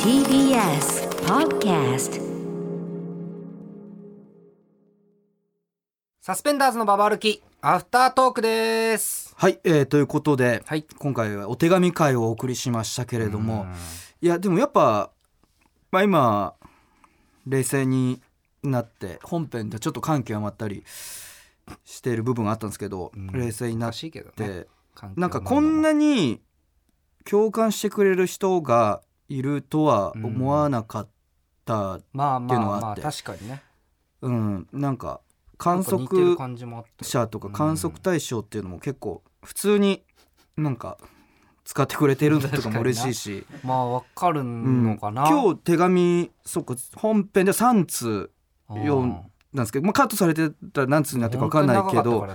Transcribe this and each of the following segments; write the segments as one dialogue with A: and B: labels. A: TBS Podcast
B: サスペンダーズのババ歩きアフタートークです
C: はい、えーということで、
B: はい
C: 今回はお手紙会をお送りしましたけれども、
B: うん
C: いやでもやっぱ、まあ、今冷静になって本編でちょっと感極まったりしてる部分があったんですけど、
B: うん
C: 冷静にな
B: ら
C: っ
B: しいけどね
C: てなんかこんなに共感してくれる人がいるとは思わなかった、
B: まあまあ
C: っていうのは
B: ま
C: あ
B: あ
C: って
B: 確かにね
C: うん、なんか
B: な
C: 観
B: んか
C: 測
B: 似てる感じもあった
C: 者とか観測対象っていうのも結構普通になんか使ってくれてるのとかも嬉しいし、
B: まあわかる
C: うん
B: のかな、
C: 今日手紙そっか本編で3通
B: あー
C: 読んなんですけど、まあ、カットされてたら何通になってるか分かんないけど、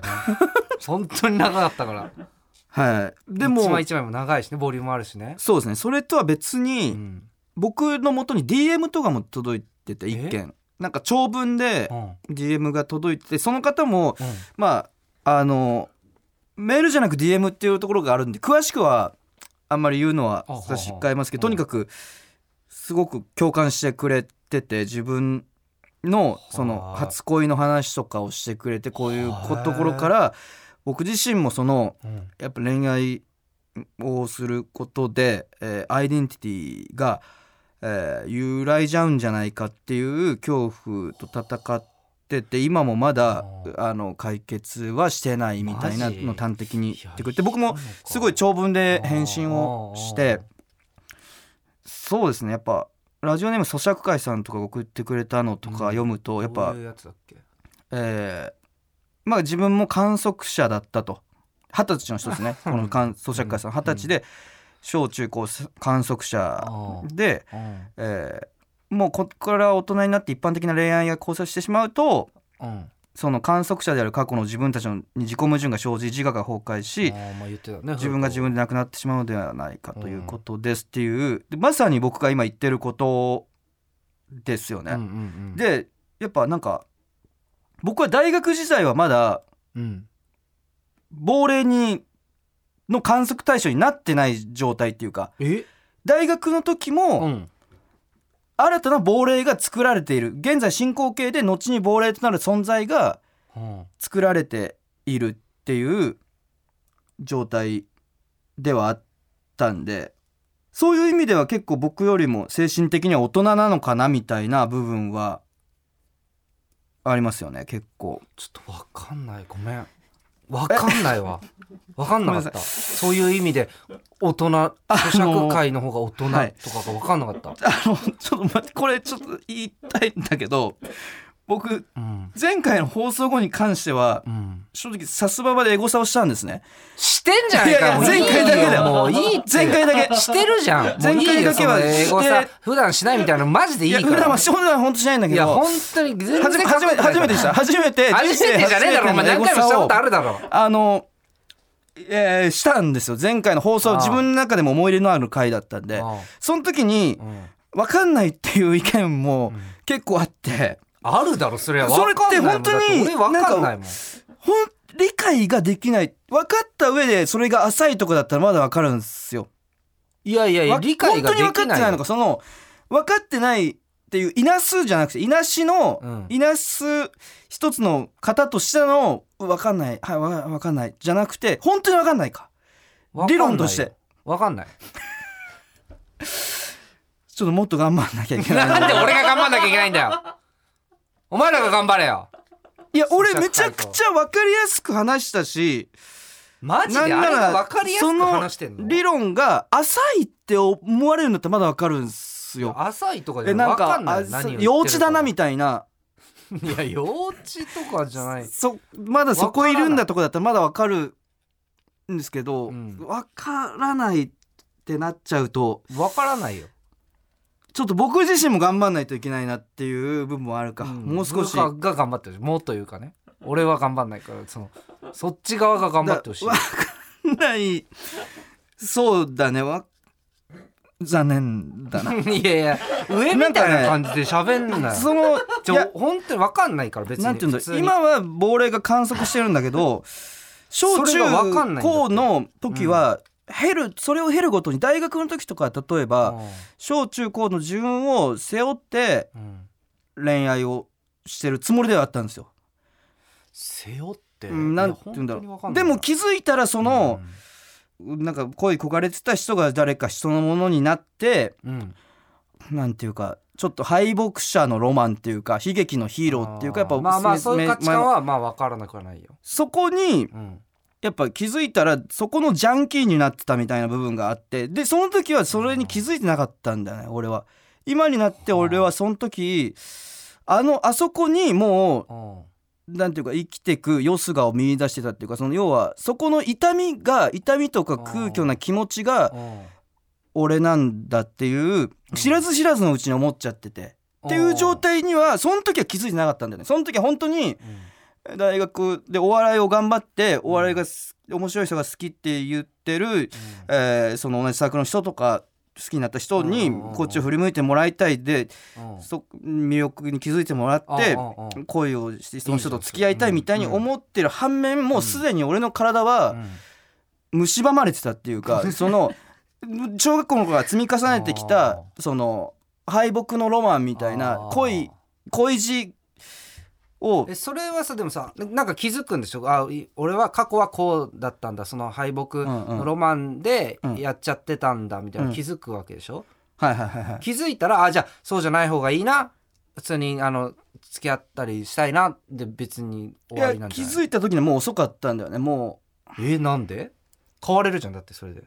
B: 本当に長かったからね本当に長かったから
C: はい、で
B: 一
C: も
B: 枚一枚も長いしねボリュームあるしね、
C: そうですねそれとは別
B: う
C: に
B: ん
C: 僕の元に DM とかも届いてて一件なんか長文で
B: うん
C: DM が届いててその方も
B: うん
C: まああのメールじゃなく DM っていうところがあるんで詳しくはあんまり言うのは
B: あはあ
C: 差し控えますけ
B: う
C: どと
B: ん
C: にかくすごく共感してくれてて自分のその
B: はあ
C: 初恋の話とかをしてくれてこういうこところから僕自身もその
B: うん
C: やっぱ恋愛をすることで、えーアイデンティティが、えー揺らいじゃうんじゃないかっていう恐怖と戦ってて今もまだあの解決はしてないみたいな
B: マジ
C: のを端的に言ってくれ
B: いや
C: て僕もすごい長文で返信をしてそうですねやっぱラジオネーム咀嚼会さんとかが送ってくれたのとか読むとやっぱ
B: どういうやつだっけ
C: えーまあ自分も観測者だったと二十歳の人ですねこの観測者会さん二十歳で小中高観測者で、
B: うん
C: えーもうここから大人になって一般的な恋愛が交差してしまうと
B: うん
C: その観測者である過去の自分たちのに自己矛盾が生じ自我が崩壊
B: あ
C: し
B: ーまあ言ってたね
C: 自分が自分でなくなってしまうのではないかということですっていうでまさに僕が今言ってることですよね。
B: うんうんうん、
C: でやっぱなんか僕は大学時代はまだ
B: うん、
C: 亡霊にの観測対象になってない状態っていうか
B: え、
C: 大学の時
B: う
C: も
B: ん、
C: 新たな亡霊が作られている現在進行形で後に亡霊となる存在が
B: うん、
C: 作られているっていう状態ではあったんでそういう意味では結構僕よりも精神的には大人なのかなみたいな部分はありますよね結構。
B: ちょっとわかんないごめんわかんないわわかんなかったそういう意味で大人咀嚼会の方が
C: は
B: 大
C: い
B: 人とかがわかんなかった、
C: あのちょっと待ってこれちょっと言いたいんだけど僕
B: うん
C: 前回の放送後に関しては
B: うん
C: 正直さすばばでエゴサをしたんですね
B: してんじゃないかもう
C: 前回だけだよ
B: もういいって
C: 前回だけ
B: してるじ ゃんもういいよ
C: 前回だけは
B: その英語さ
C: して
B: 普段しないみたいなのマジでい
C: い
B: い
C: や
B: か
C: 普段は
B: ら
C: 本当は本当しないんだ
B: い
C: け
B: や
C: ど
B: 本当に全然
C: 初め初め初めてでした初めて
B: 初めてじゃねえだろお前何回もしたことあるだろ
C: あのえーしたんですよ前回の放
B: あ
C: 送
B: あ
C: 自分の中でも思い入れのある回だったんで
B: ああ
C: その時に分かんないっていう意見も結構あって
B: あるだろそれは
C: それって本当に
B: わかんないもんだって俺わかんないもん
C: ほん理解ができない分かった上でそれが浅いとこだったらまだ分かるんですよ
B: いやいやいや
C: わ
B: 理解ができない
C: 本当に分かってないのかその分かってないっていういなすじゃなくていなしの、
B: うん
C: いなす一つの型としての分かんないはいわ分かんないじゃなくて本当に分かんないか
B: わかんない
C: 理論として
B: わかんない
C: ちょっともっと頑張んなきゃいけな い
B: なんで俺が頑張んなきゃいけないんだよお前らが頑張れよ
C: いや俺めちゃくちゃ分かりやすく話したし
B: マジであ
C: なん
B: れ
C: な
B: が
C: ら
B: 分かりやす
C: そ
B: く
C: の
B: 話してんの
C: 理論が浅いって思われるんだったらまだ分かるんすよ
B: 浅いとかじ
C: え
B: ゃ
C: な
B: なんん
C: か
B: かんない
C: あ
B: 何
C: 幼稚だなみ
B: た
C: たいない
B: ないや幼稚とかじゃない
C: そまだそこいるんだとこだったらまだわかるんですけど、
B: うん
C: わからないってなっちゃうと
B: 分からないよ
C: ちょっと僕自身も頑張んないといけないなっていう部分もあるか、もう少し
B: 僕がが頑張ってほしいもうというかね俺は頑張んないからそのそっち側が頑張ってほしい
C: だわかんないそうだねわ残念だ な。
B: いやいや 上みたいな感じで喋んなよ
C: その
B: ち
C: いや
B: ょ本当に分かんないから別に
C: なんていうんだ
B: 普通に
C: 今は亡霊が観測してるんだけど小
B: そ
C: 中
B: れがわかんないんだって
C: 高の時は、減るそれを減るごとに大学の時とかは例えば
B: うん
C: 小中高の自分を背負って
B: うん
C: 恋愛をしてるつもりではあったんですよ。
B: 背負って、
C: うんなんて言うんだ
B: いや
C: ろうでも気づいたらその、、なんか恋焦がれてた人が誰か人のものになって
B: 本当にわかんないなうんうん
C: なんていうかちょっと敗北者のロマンっていうか悲劇のヒーローっていうかやっぱ
B: まあまあ
C: め
B: そういう価値観
C: め
B: はまあ分からなくはないよ、
C: そこに
B: うん、
C: やっぱ気づいたらそこのジャンキーになってたみたいな部分があってでその時はそれに気づいてなかったんだよね俺は今になって俺はその時あのあそこにも
B: うん
C: うなんていうか生きてくよすがを見出してたっていうかその要はそこの痛みが痛みとか空虚な気持ちが
B: うん
C: 俺なんだっていう知らず知らずのうちに思っちゃっててっていう状、態にはその時は気づいてなかったんだよねその時は本当に
B: うん
C: 大学でお笑いを頑張ってお笑いがす面白い人が好きって言ってる、えーその同じサークルの人とか好きになった人に
B: うん
C: こっちを振り向いてもらいたいで
B: うんうん
C: そ魅力に気づいてもらっ
B: うん
C: て
B: うんうん
C: 恋をしてその人と付き合いたいみたいに思ってる反面もうすでに俺の体
B: う
C: は
B: ん
C: 蝕まれてたっていう かその小学校の頃から積み重ねてきたその敗北のロマンみたいな恋恋路を
B: えそれはさでもさなんか気づくんでしょあい俺は過去はこうだったんだその敗北
C: んうん
B: のロマンで
C: うん
B: やっちゃってたんだみたいな
C: うん
B: 気づくわけでしょ、
C: はいはいはいはい。
B: 気づいたらあじゃあそうじゃない方がいいな普通にあの付き合ったりしたいなで別に
C: い
B: 終わ
C: や
B: りなんじ
C: 気
B: ゃない
C: づいた時にはもう遅かったんだよねも
B: えなんで変われるじゃんだってそれで、
C: う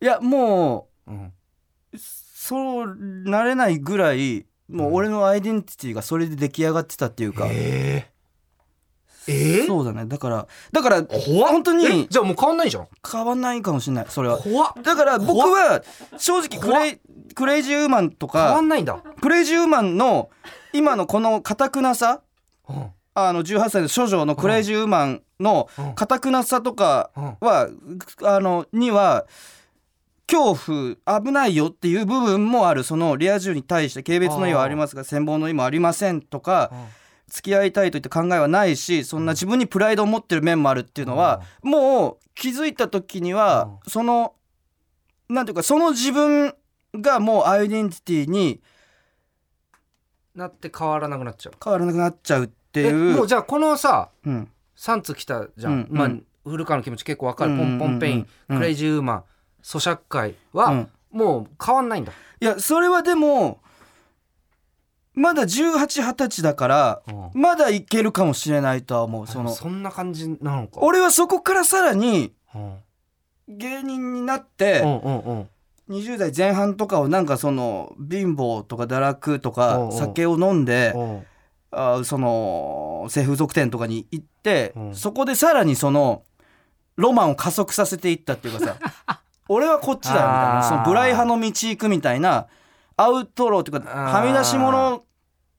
C: いやも
B: うん、
C: うそうなれないぐらいもう俺のアイデンティティがそれで出来上がってたっていうか、
B: ええ
C: そうだねだからだから
B: 怖っ
C: 本当
B: え
C: に
B: じゃあもう変わんないじゃん
C: 変わんないかもしれないそれは
B: 怖っ
C: だから僕は正直クレイクレイジーウーマンと
B: 変わ
C: か
B: んないんだ、
C: クレイジーウーマンの今のこのかたくなさ
B: うん
C: あの18歳の処女のクレイジーウーマンの
B: うん
C: かたくなさとか
B: うん、
C: はあのには恐怖危ないよっていう部分もあるそのリア充に対して軽蔑の意はありますが羨望の意もありませんとか付き合いたいといった考えはないしそんな自分にプライドを持ってる面もあるっていうのはもう気づいた時にはそのなんていうかその自分がもうアイデンティティに
B: なって変わらなくなっちゃう
C: 変わらなくなっちゃうってい
B: え
C: う
B: もうじゃあこのさ
C: うん
B: 3つ来たじゃん、
C: うん
B: まあ
C: うん
B: 古川の気持ち結構わか
C: う
B: る
C: ん
B: ポンポンペイン、
C: うん
B: クレイジーウーマン咀嚼会
C: う
B: は
C: ん
B: もう変わんないんだ、
C: いやそれはでもまだ1820歳だから
B: うん
C: まだいけるかもしれないとは思うその
B: そんな感じなのか
C: 俺はそこからさらに
B: うん
C: 芸人になっ
B: う
C: て
B: んうんうん
C: 20代前半とかをなんかその貧乏とか堕落と
B: うんう
C: か
B: ん
C: 酒を飲んで
B: うん
C: あーその性風俗店とかに行って
B: うん
C: そこでさらにそのロマンを加速させていったっていうかさ 俺はこっちだよみたい
B: あ
C: な
B: ー
C: そのブライ派の道行くみたいなアウトローっていうか
B: あ
C: は
B: ー
C: み出し者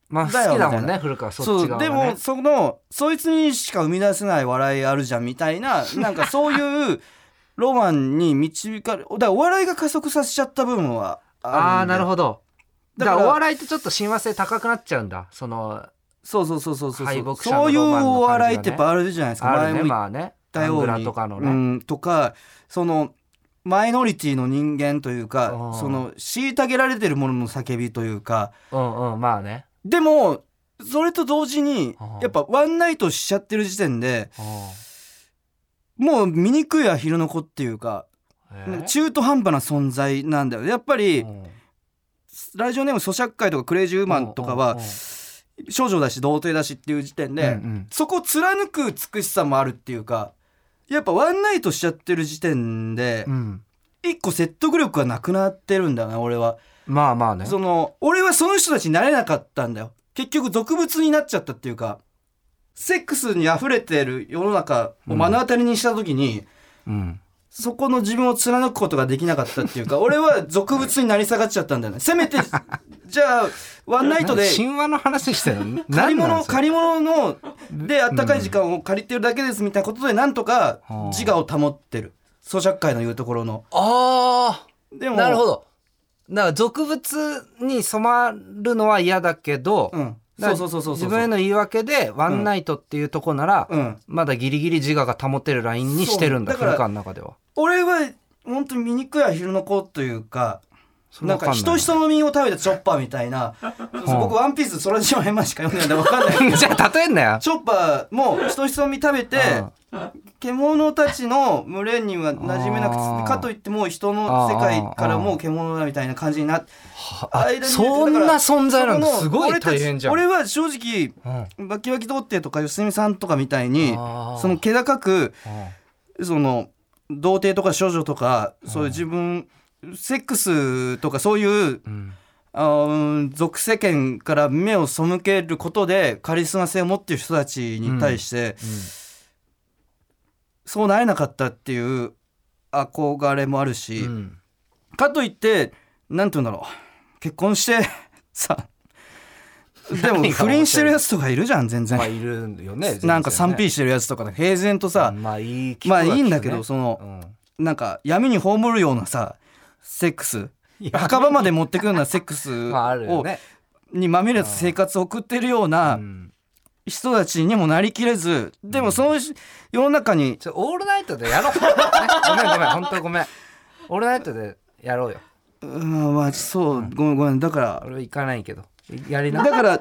B: まあ好き
C: だよ
B: だも
C: み
B: ん
C: たい
B: ね古川そっ
C: そう
B: ち側、ね、
C: でもそのそいつにしか生み出せない笑いあるじゃんみたい ななんかそういうロマンに導かれだからお笑いが加速させちゃった部分は
B: ああ
C: んで
B: なるほどだ
C: だ
B: か
C: から
B: らお笑いとちょっと親和性高くなっちゃうんだその
C: そうそうそうそうそう
B: 敗北者
C: そ
B: の
C: ういう
B: ロマンの感じがね
C: お笑いってやっぱあるじゃないですか、
B: ある
C: 前
B: ね
C: も言っ
B: まあね
C: た
B: ア
C: よう
B: ン
C: に
B: グラとかの
C: う
B: ね、
C: ん、とかそのマイノリティの人間という
B: う
C: か
B: ん
C: その虐げられてるものの叫びというか
B: うん、うんまあね、
C: でもそれと同時に
B: うん
C: やっぱワンナイトしちゃってる時点で
B: うん
C: もう醜いアヒルの子っていうか
B: え
C: なん
B: ー
C: か中途半端な存在なんだよやっぱり
B: うん
C: ラジオネーム咀嚼会とかクレイジーウーマンとか
B: う
C: は
B: んうん
C: 少女だし童貞だしっていう時点
B: う
C: で
B: んうん
C: そこを貫く美しさもあるっていうかやっぱワンナイトしちゃってる時点で
B: うん
C: 一個説得力がなくなってるんだよね俺は
B: まあまあね
C: その俺はその人たちになれなかったんだよ結局俗物になっちゃったっていうかセックスに溢れてる世の中を目の当たりにした時に、
B: うん
C: そこの自分を貫くことができなかったっていうか俺は俗物になり下がっちゃったんだよねせめ てじゃあワンナイトで
B: 神話の話してるの
C: 借り物
B: り
C: 借り物のであったかい時間を借りてるだけですみたいなことでなんとか
B: うん
C: 自我を保ってる咀嚼会の言うところの
B: あ
C: で
B: あ
C: も
B: なるほどだから俗物に染まるのは嫌だけど、
C: うん
B: だから
C: そうそうそうそうそ
B: 自
C: う
B: 分への言い訳でワンナイトっていうとこなら、
C: うん
B: まだギリギリ自我が保てるラインにしてるんだ
C: そうだから
B: 空間の中では
C: 俺は本当に醜いアヒルの子というか
B: それ
C: なん
B: わ
C: か人人の身を食べたチョッパーみた いなそうそう僕「ワンピース空島編」ましか読んでないんで分かんないけど
B: んない じゃあ例えんな よ
C: チョッパーも人人見食べて獣たちの群れには馴染めなく
B: あー
C: てかといってもう人の世界からもう獣だみたいな感じになって間に入れて
B: そんな存在なんだ
C: その
B: すごい
C: 俺た
B: 大
C: ち
B: 変じゃん
C: 俺は正直
B: うん
C: バキバキ童貞とか良純さんとかみたいに
B: あー
C: その気高く
B: うん
C: その童貞とか少女とかそういう自分セックスとかそういう
B: うん
C: あーうん俗世間から目を背けることでカリスマ性を持っている人たちに対して、そうなれなかったっていう憧れもあるし、
B: うん
C: かといって何て言うんだろう結婚してさでも
B: 何が
C: 不倫してるやつとかいるじゃん全然、
B: まあいるよね
C: なんか
B: 賛
C: 3P してるやつとかね平然とさ、
B: まあいい気
C: ま
B: 分
C: あ
B: だ
C: い
B: け
C: い
B: ね
C: んだけどその
B: うん
C: なんか闇に葬るようなさセックス
B: いや
C: 墓場まで持ってくようなセックス
B: まああるよ
C: を
B: ね
C: にまみれた生活を送ってるよう
B: う
C: なん人たちにもなりきれずでもその世の中に
B: ちょオールナイトでや ろうねごめんごめん本当ごめんオールナイトでやろうよ
C: うんまあそうごめんごめんだから
B: 俺は行かないけどやりな
C: だから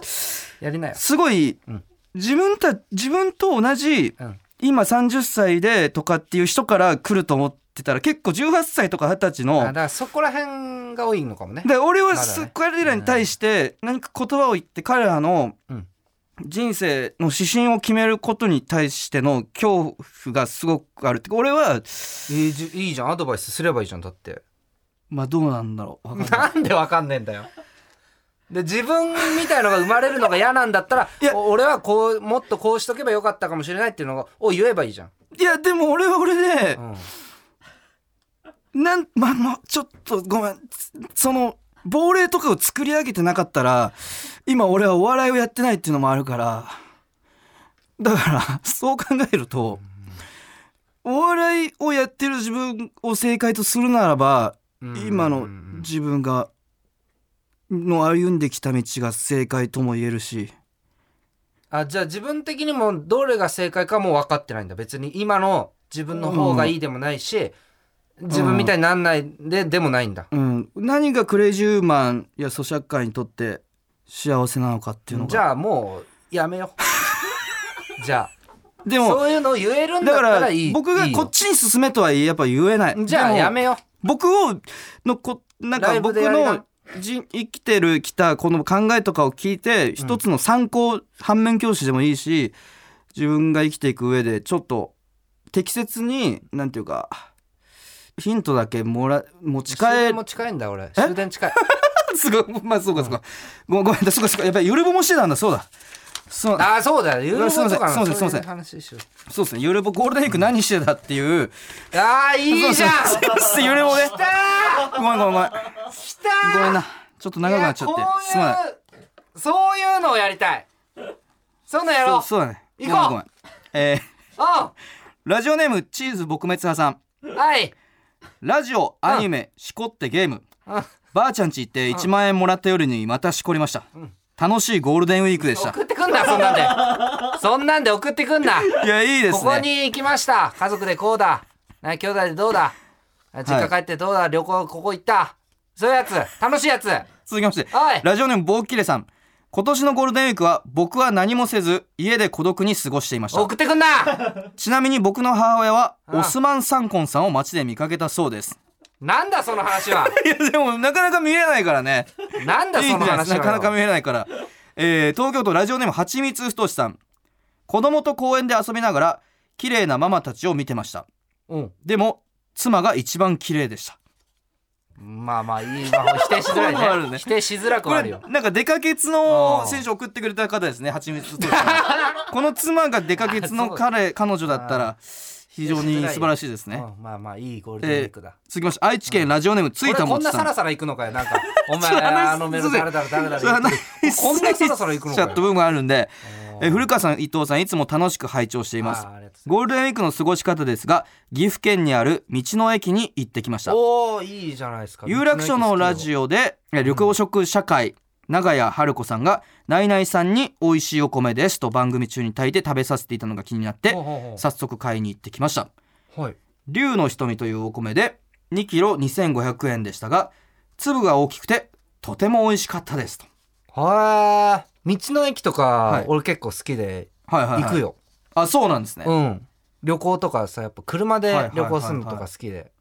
B: やりなよ
C: すごい
B: うん
C: 自分た自分と同じ
B: うん
C: 今30歳でとかっていう人から来ると思ってたら結構18歳とか20歳
B: あ
C: の
B: だからそこら辺が多いのかもね
C: で俺は
B: まだね
C: そ彼らに対して何か言葉を言って彼らの
B: うん
C: 人生の指針を決めることに対しての恐怖がすごくあるって俺は
B: えーじゅいいじゃんアドバイスすればいいじゃんだって
C: まあどうなんだろうわかんない
B: なんでわかんねえんだよ。で自分みたいのが生まれるのが嫌なんだったら
C: いや
B: お俺はこうもっとこうしとけばよかったかもしれないっていうのを言えばいいじゃん。
C: いやでも俺は俺で
B: う、ん、
C: なんまあまあちょっとごめんつその亡霊とかを作り上げてなかったら今俺はお笑いをやってないっていうのもあるからだから そう考えるとお笑いをやってる自分を正解とするならば
B: うん
C: 今の
B: うん
C: 自分がの歩んできた道が正解とも言えるし
B: あじゃあ自分的にもどれが正解かもう分かってないんだ別に今の自分の方がいいでもないし、自分みたいになんないででもないんだ。
C: うん、何がクレイジーウーマンや咀嚼会にとって幸せなのかっていうのが
B: じゃあもうやめよ う。じゃあ
C: でも
B: そういうのを言えるんだ
C: だ
B: っ
C: か
B: た
C: ら
B: らいい。
C: 僕が
B: いい
C: こ
B: よ
C: っちに進めとはやっぱ言えない
B: じゃあ
C: でも
B: やめよう。
C: 僕をのこなん
B: ラ
C: か
B: イブ
C: 僕
B: でやりな
C: のじ生きてるきたこの考えとかを聞いて一つの参考反面教師でもいいし自分が生きていく上でちょっと適切になんていうかヒントだけもら持ち帰
B: 終電
C: る
B: も近いんだ俺終電近い
C: すごいまあそうかそうか、ごごめんなそうかそうかやっぱりゆるぼもしてたんだそうだ そう
B: ああそうだよユーロ
C: すいません
B: とかの
C: すいま
B: そ
C: せんすいません
B: ういう話しよう
C: そうですねゆるぼゴールデンウィーク何してたっていう
B: ああいいじゃん
C: そう そうそうゆるぼね
B: 来た
C: ごめんごめんごめん
B: ー来た
C: ごめ
B: ー
C: んなちょっと長くなっちゃって
B: いやこういう
C: すまない
B: そういうのをやりたいそういうのやろ
C: そううそうだね
B: 行こう
C: ごめんごめんえーラジオネームチーズ撲滅派さん
B: うんはい
C: ラジオアニメしこってゲーム
B: うん
C: ばあちゃんち行って1万円もらった夜にまたしこりました楽しいゴールデンウィークでした
B: 送ってくんなそんなんでそんなんで送ってくんない
C: やいいで
B: こ
C: す
B: こ
C: ね
B: に行きました家族でこうだな兄弟でどうだ実家帰ってどうだ旅行ここ行ったそういうやつ楽しいやつおい
C: 続きましてラジオネームボーキレさん今年のゴールデンウィークは僕は何もせず家で孤独に過ごしていました
B: 送ってくんな
C: ちなみに僕の母親は
B: ん
C: オスマン・サンコンさんを街で見かけたそうです
B: なんだその話はい
C: やでもなかなか見えないからね
B: なんだ
C: いい
B: その
C: んじゃない
B: 話は
C: な
B: よ
C: かなか見えないから、えー東京都ラジオネームはちみつふとしさん子供と公園で遊びながら綺麗なママたちを見てました
B: うん
C: でも妻が一番綺麗でした
B: まあまあいい、まあ、否定しづらい
C: こういうのもあ
B: ね
C: るね
B: 否定しづらく
C: こ
B: はあ
C: れ
B: るよ
C: なんか出かけつの選手送ってくれた方ですねはちみつふとしさ んこの妻が出かけつの彼彼女だったら非常に素晴らしいですね
B: うんまあまあいいゴールデンウィ
C: え
B: ークだ、
C: 続きまして愛知県ラジオネームつい
B: 俺
C: た
B: こ
C: も
B: ん
C: ち
B: な
C: さ
B: サ
C: ん
B: ラサラ行くのかよなん かお
C: そ
B: 前
C: れ話
B: あのメール誰だ誰だ
C: それ話
B: こんなサラサラ行くの
C: ち
B: か
C: ょ
B: よ
C: っと部分あるんで
B: うん
C: え古川さん伊藤さんいつも楽しく拝聴しています
B: あーありがとうございま
C: ゴールデンウィークの過ごし方ですが岐阜県にある道の駅に行ってきまし
B: す
C: た
B: おーいいじゃないですか
C: 有楽町のラジオでえ緑黄色社会長谷春子さんが「ナイナイさんに美味しいお米です」と番組中に炊いて食べさせていたのが気になって
B: ほうほうほう
C: 早速買いに行ってきました
B: はい
C: 龍の瞳というお米で2キロ2500円でしたが粒が大きくてとても美味しかったですと
B: はー道の駅とか、
C: い
B: 俺結構好きで
C: はいはいはい、
B: 行くよ、
C: あそうなんですね、
B: うん旅行とかさやっぱ車
C: はいはい
B: で
C: はいは
B: 旅
C: い
B: 行するのとか好きで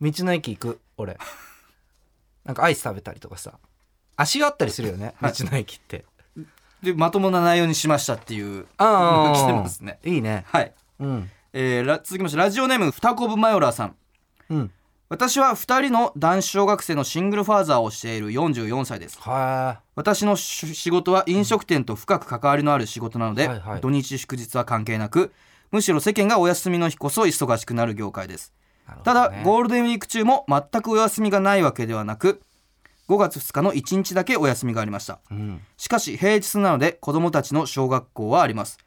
B: 道の駅行く 俺なんかアイス食べたりとかさ足があったりするよね道
C: はい
B: の駅って、
C: でまともな内容にしましたっていう
B: ああ
C: 来てますね
B: いいね
C: はい、
B: うん
C: えー、ら続きましてラジオネーム二コブマヨラーさん
B: うん
C: 私は2人の男子小学生のシングルファーザーをしている44歳です
B: は
C: 私のし仕事は飲食店と深く関わりのある仕事なので、
B: はいはい
C: 土日祝日は関係なくむしろ世間がお休みの日こそ忙しくなる業界です
B: い、
C: ただ
B: ー
C: ゴールデンウィーク中も全くお休みがないわけではなく5月2日の1日だけお休みがありました
B: ル、うん、
C: しかし平日なので子供たちの小学校はあります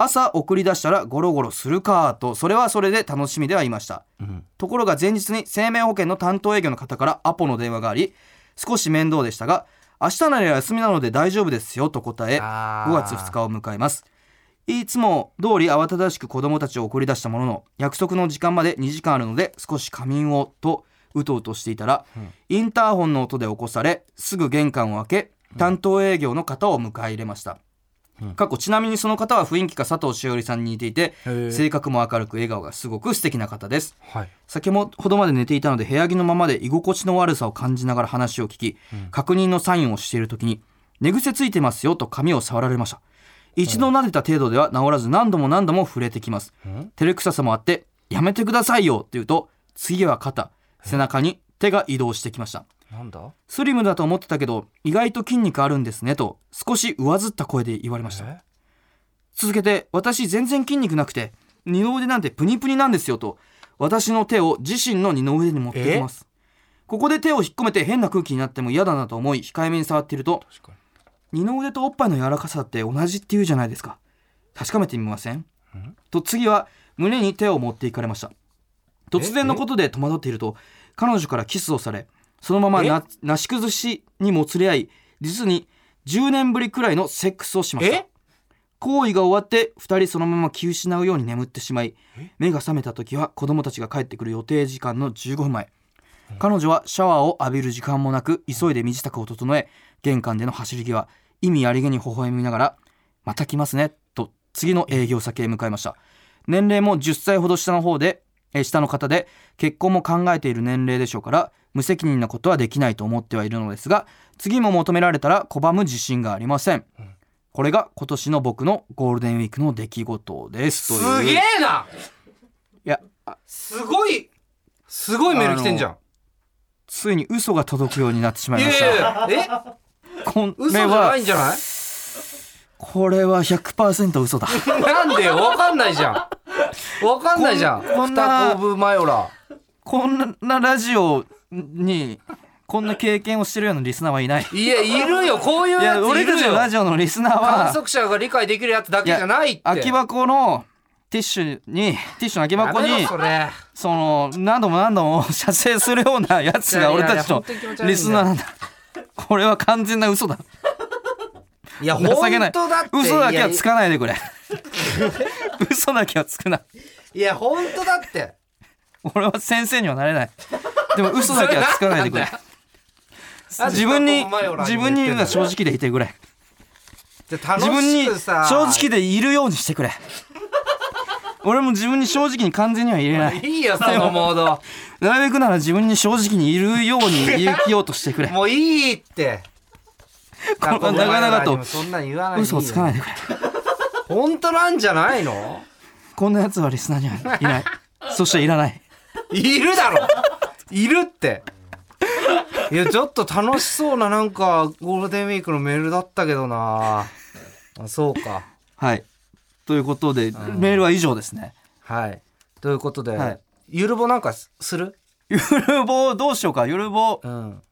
C: 朝送り出したらゴロゴロするかとそれはそれで楽しみではいました
B: うん、
C: ところが前日に生命保険の担当営業の方からアポの電話があり少し面倒でしたが明日なら休みなので大丈夫ですよと答え
B: あー
C: 5月2日を迎えますいつも通り慌ただしく子供たちを送り出したものの約束の時間まで2時間あるので少し仮眠をとうとうとしていたら、インターホンの音で起こされすぐ玄関を開け担当営業の方を迎え入れました、過去ちなみにその方は雰囲気が佐藤しおりさんに似ていて
B: へえ
C: 性格も明るく笑顔がすごく素敵な方です
B: はい
C: 先ほどまで寝ていたので部屋着のままで居心地の悪さを感じながら話を聞き、確認のサインをしている時に「寝癖ついてますよ」と髪を触られました一度撫でた程度では治らず何度も何度も触れてきます、
B: ん
C: 照れくささもあって「やめてくださいよ」って言うと次は肩背中に手が移動してきました
B: なんだ
C: スリムだと思ってたけど意外と筋肉あるんですねと少し上ずった声で言われました
B: え
C: 続けて私全然筋肉なくて二の腕なんてプニプニなんですよと私の手を自身の二の腕に持ってきますここで手を引っ込めて変な空気になっても嫌だなと思い控えめに触っていると
B: 確か
C: 二の腕とおっぱいの柔らかさって同じって言うじゃないですか確かめてみませんと次は胸に手を持っていかれました突然のことで戸惑っていると彼女からキスをされそのままななし崩しにもつれ合い実に10年ぶりくらいのセックスをしま
B: に
C: し
B: え
C: た行為が終わって2人そのまま気を失うように眠ってしまい目が覚めた時は子供たちが帰ってくる予定時間の15分前彼女はシャワーを浴びる時間もなく急いで身支度を整え玄関での走り際意味ありげに微笑みながら「また来ますね」と次の営業先へ向かいました年齢も10歳ほど下の方でえー下の方で結婚も考えている年齢でしょうから無責任なことはできないと思ってはいるのですが次も求められたら拒む自信がありませんこれが今年の僕のゴールデンウィークの出来事ですという
B: すげえない
C: や
B: すごいすごいメール来てんじゃん
C: ついに嘘が届くようになってしま
B: い
C: いました
B: やいやいやえ
C: こ
B: 嘘じ
C: れ
B: ゃ
C: は
B: ないんじゃない
C: これは100%嘘だ
B: なんでよわかんないじゃん。わかんないじゃん。
C: こんこんな
B: 二コブマヨラ。
C: こんなラジオにこんな経験をしてるようなリスナーはいない
B: いや、いるよ。こういう
C: い
B: や
C: や
B: つい
C: 俺た
B: る
C: ちのラ
B: よ。
C: ジオのリスナー
B: 観
C: は
B: 測者が理解できるやつだけじゃないって。
C: 空き箱のティッシュにティッシュの空き箱
B: やめ
C: に
B: ろそれ。
C: その何度も何度も 射精するようなやつが俺たちのリスナーなんだこれは完全な嘘だ
B: いや、
C: 情けな
B: 本
C: い
B: 当だって。
C: 嘘だけはつ
B: い
C: かないでく れ嘘だけはつくな
B: や。いや、本当だって。
C: 俺は先生にはなれないでも嘘だけはつかないでくれ
B: それなんだよ
C: 自分に
B: なんでそこお前ら
C: 自
B: 言って
C: 分
B: んだよ
C: には正直でいてくれ
B: じゃあ
C: 自
B: 楽
C: 分に
B: し
C: 正
B: くさ。
C: 直でいるようにしてくれ俺も自分に正直に完全には入れない
B: いいよ、そのモード。
C: なるべくなら自分に正直にいるように生きようとしてくれ
B: もういいって。
C: この長々と
B: そんなん言わないでいいよ
C: 嘘をつかないでくれ
B: 本当なんじゃないの
C: こんなやつはリスナーにはいないそしていらない
B: いるだろいるっていやちょっと楽しそうななんかゴールデンウィークのメールだったけどなあそうか
C: はいということでメールは以上ですね
B: はいということで、
C: はい
B: ゆるぼなんかすする、
C: ゆるぼどうしようかゆるぼ
B: うん、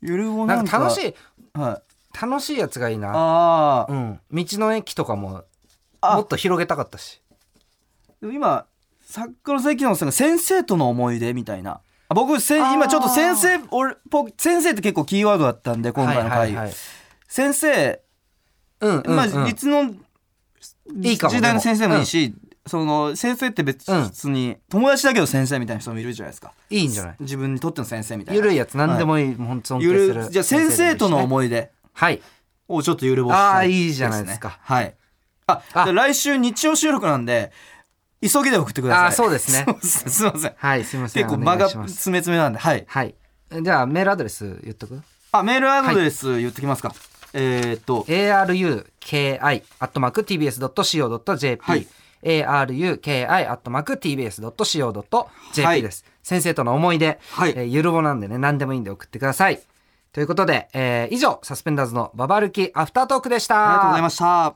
C: ゆるぼな
B: なんん
C: か
B: か楽しい
C: はい
B: 楽しいやつがいいな、
C: あ
B: う
C: ー
B: ん、道の駅とかも
C: あ
B: もっと広げたかったし
C: でも今作家の関野さんが先生との思い出みたいなあ僕せん
B: あー
C: 今ちょっと先生俺ぽ先生って結構キーワードだったんで今回の回、
B: はいはいはい
C: 先生
B: うんうんうん
C: まあ、いつの
B: いいかも
C: 時代の先生もいいし、その先生って別に、友達だけど先生みたいな人もいるじゃないですか
B: いいんじゃない
C: 自分にとっての先生みたいな
B: ゆるいやつ何で
C: は
B: もいい、ほんと尊
C: ゆ
B: 敬す
C: る
B: る
C: じゃあ先生との
B: い
C: 思い出
B: はい
C: をちょっとゆるぼし
B: あ
C: た
B: ー
C: ですね
B: いいじゃないですか
C: はいあ
B: あ
C: じゃあ来週日曜収録なんで急ぎで送ってください
B: あーそうですね
C: そうです すいません
B: はいすいません
C: 結構
B: お
C: 間
B: 願い
C: が
B: します
C: 詰め詰めなんではい
B: はいじゃあメールアドレス言っとく
C: あメールアドレス言ってきますか、えー、っと
B: aruki.tbs.co.jp、
C: はい
B: aruki.tbs.co.jp、
C: はい
B: です。先生との思い出、
C: はい
B: えーゆるぼなんでね、何でもいいんで送ってください。ということで、えー以上、サスペンダーズのババ歩きアフタートークでした。
C: ありがとうございました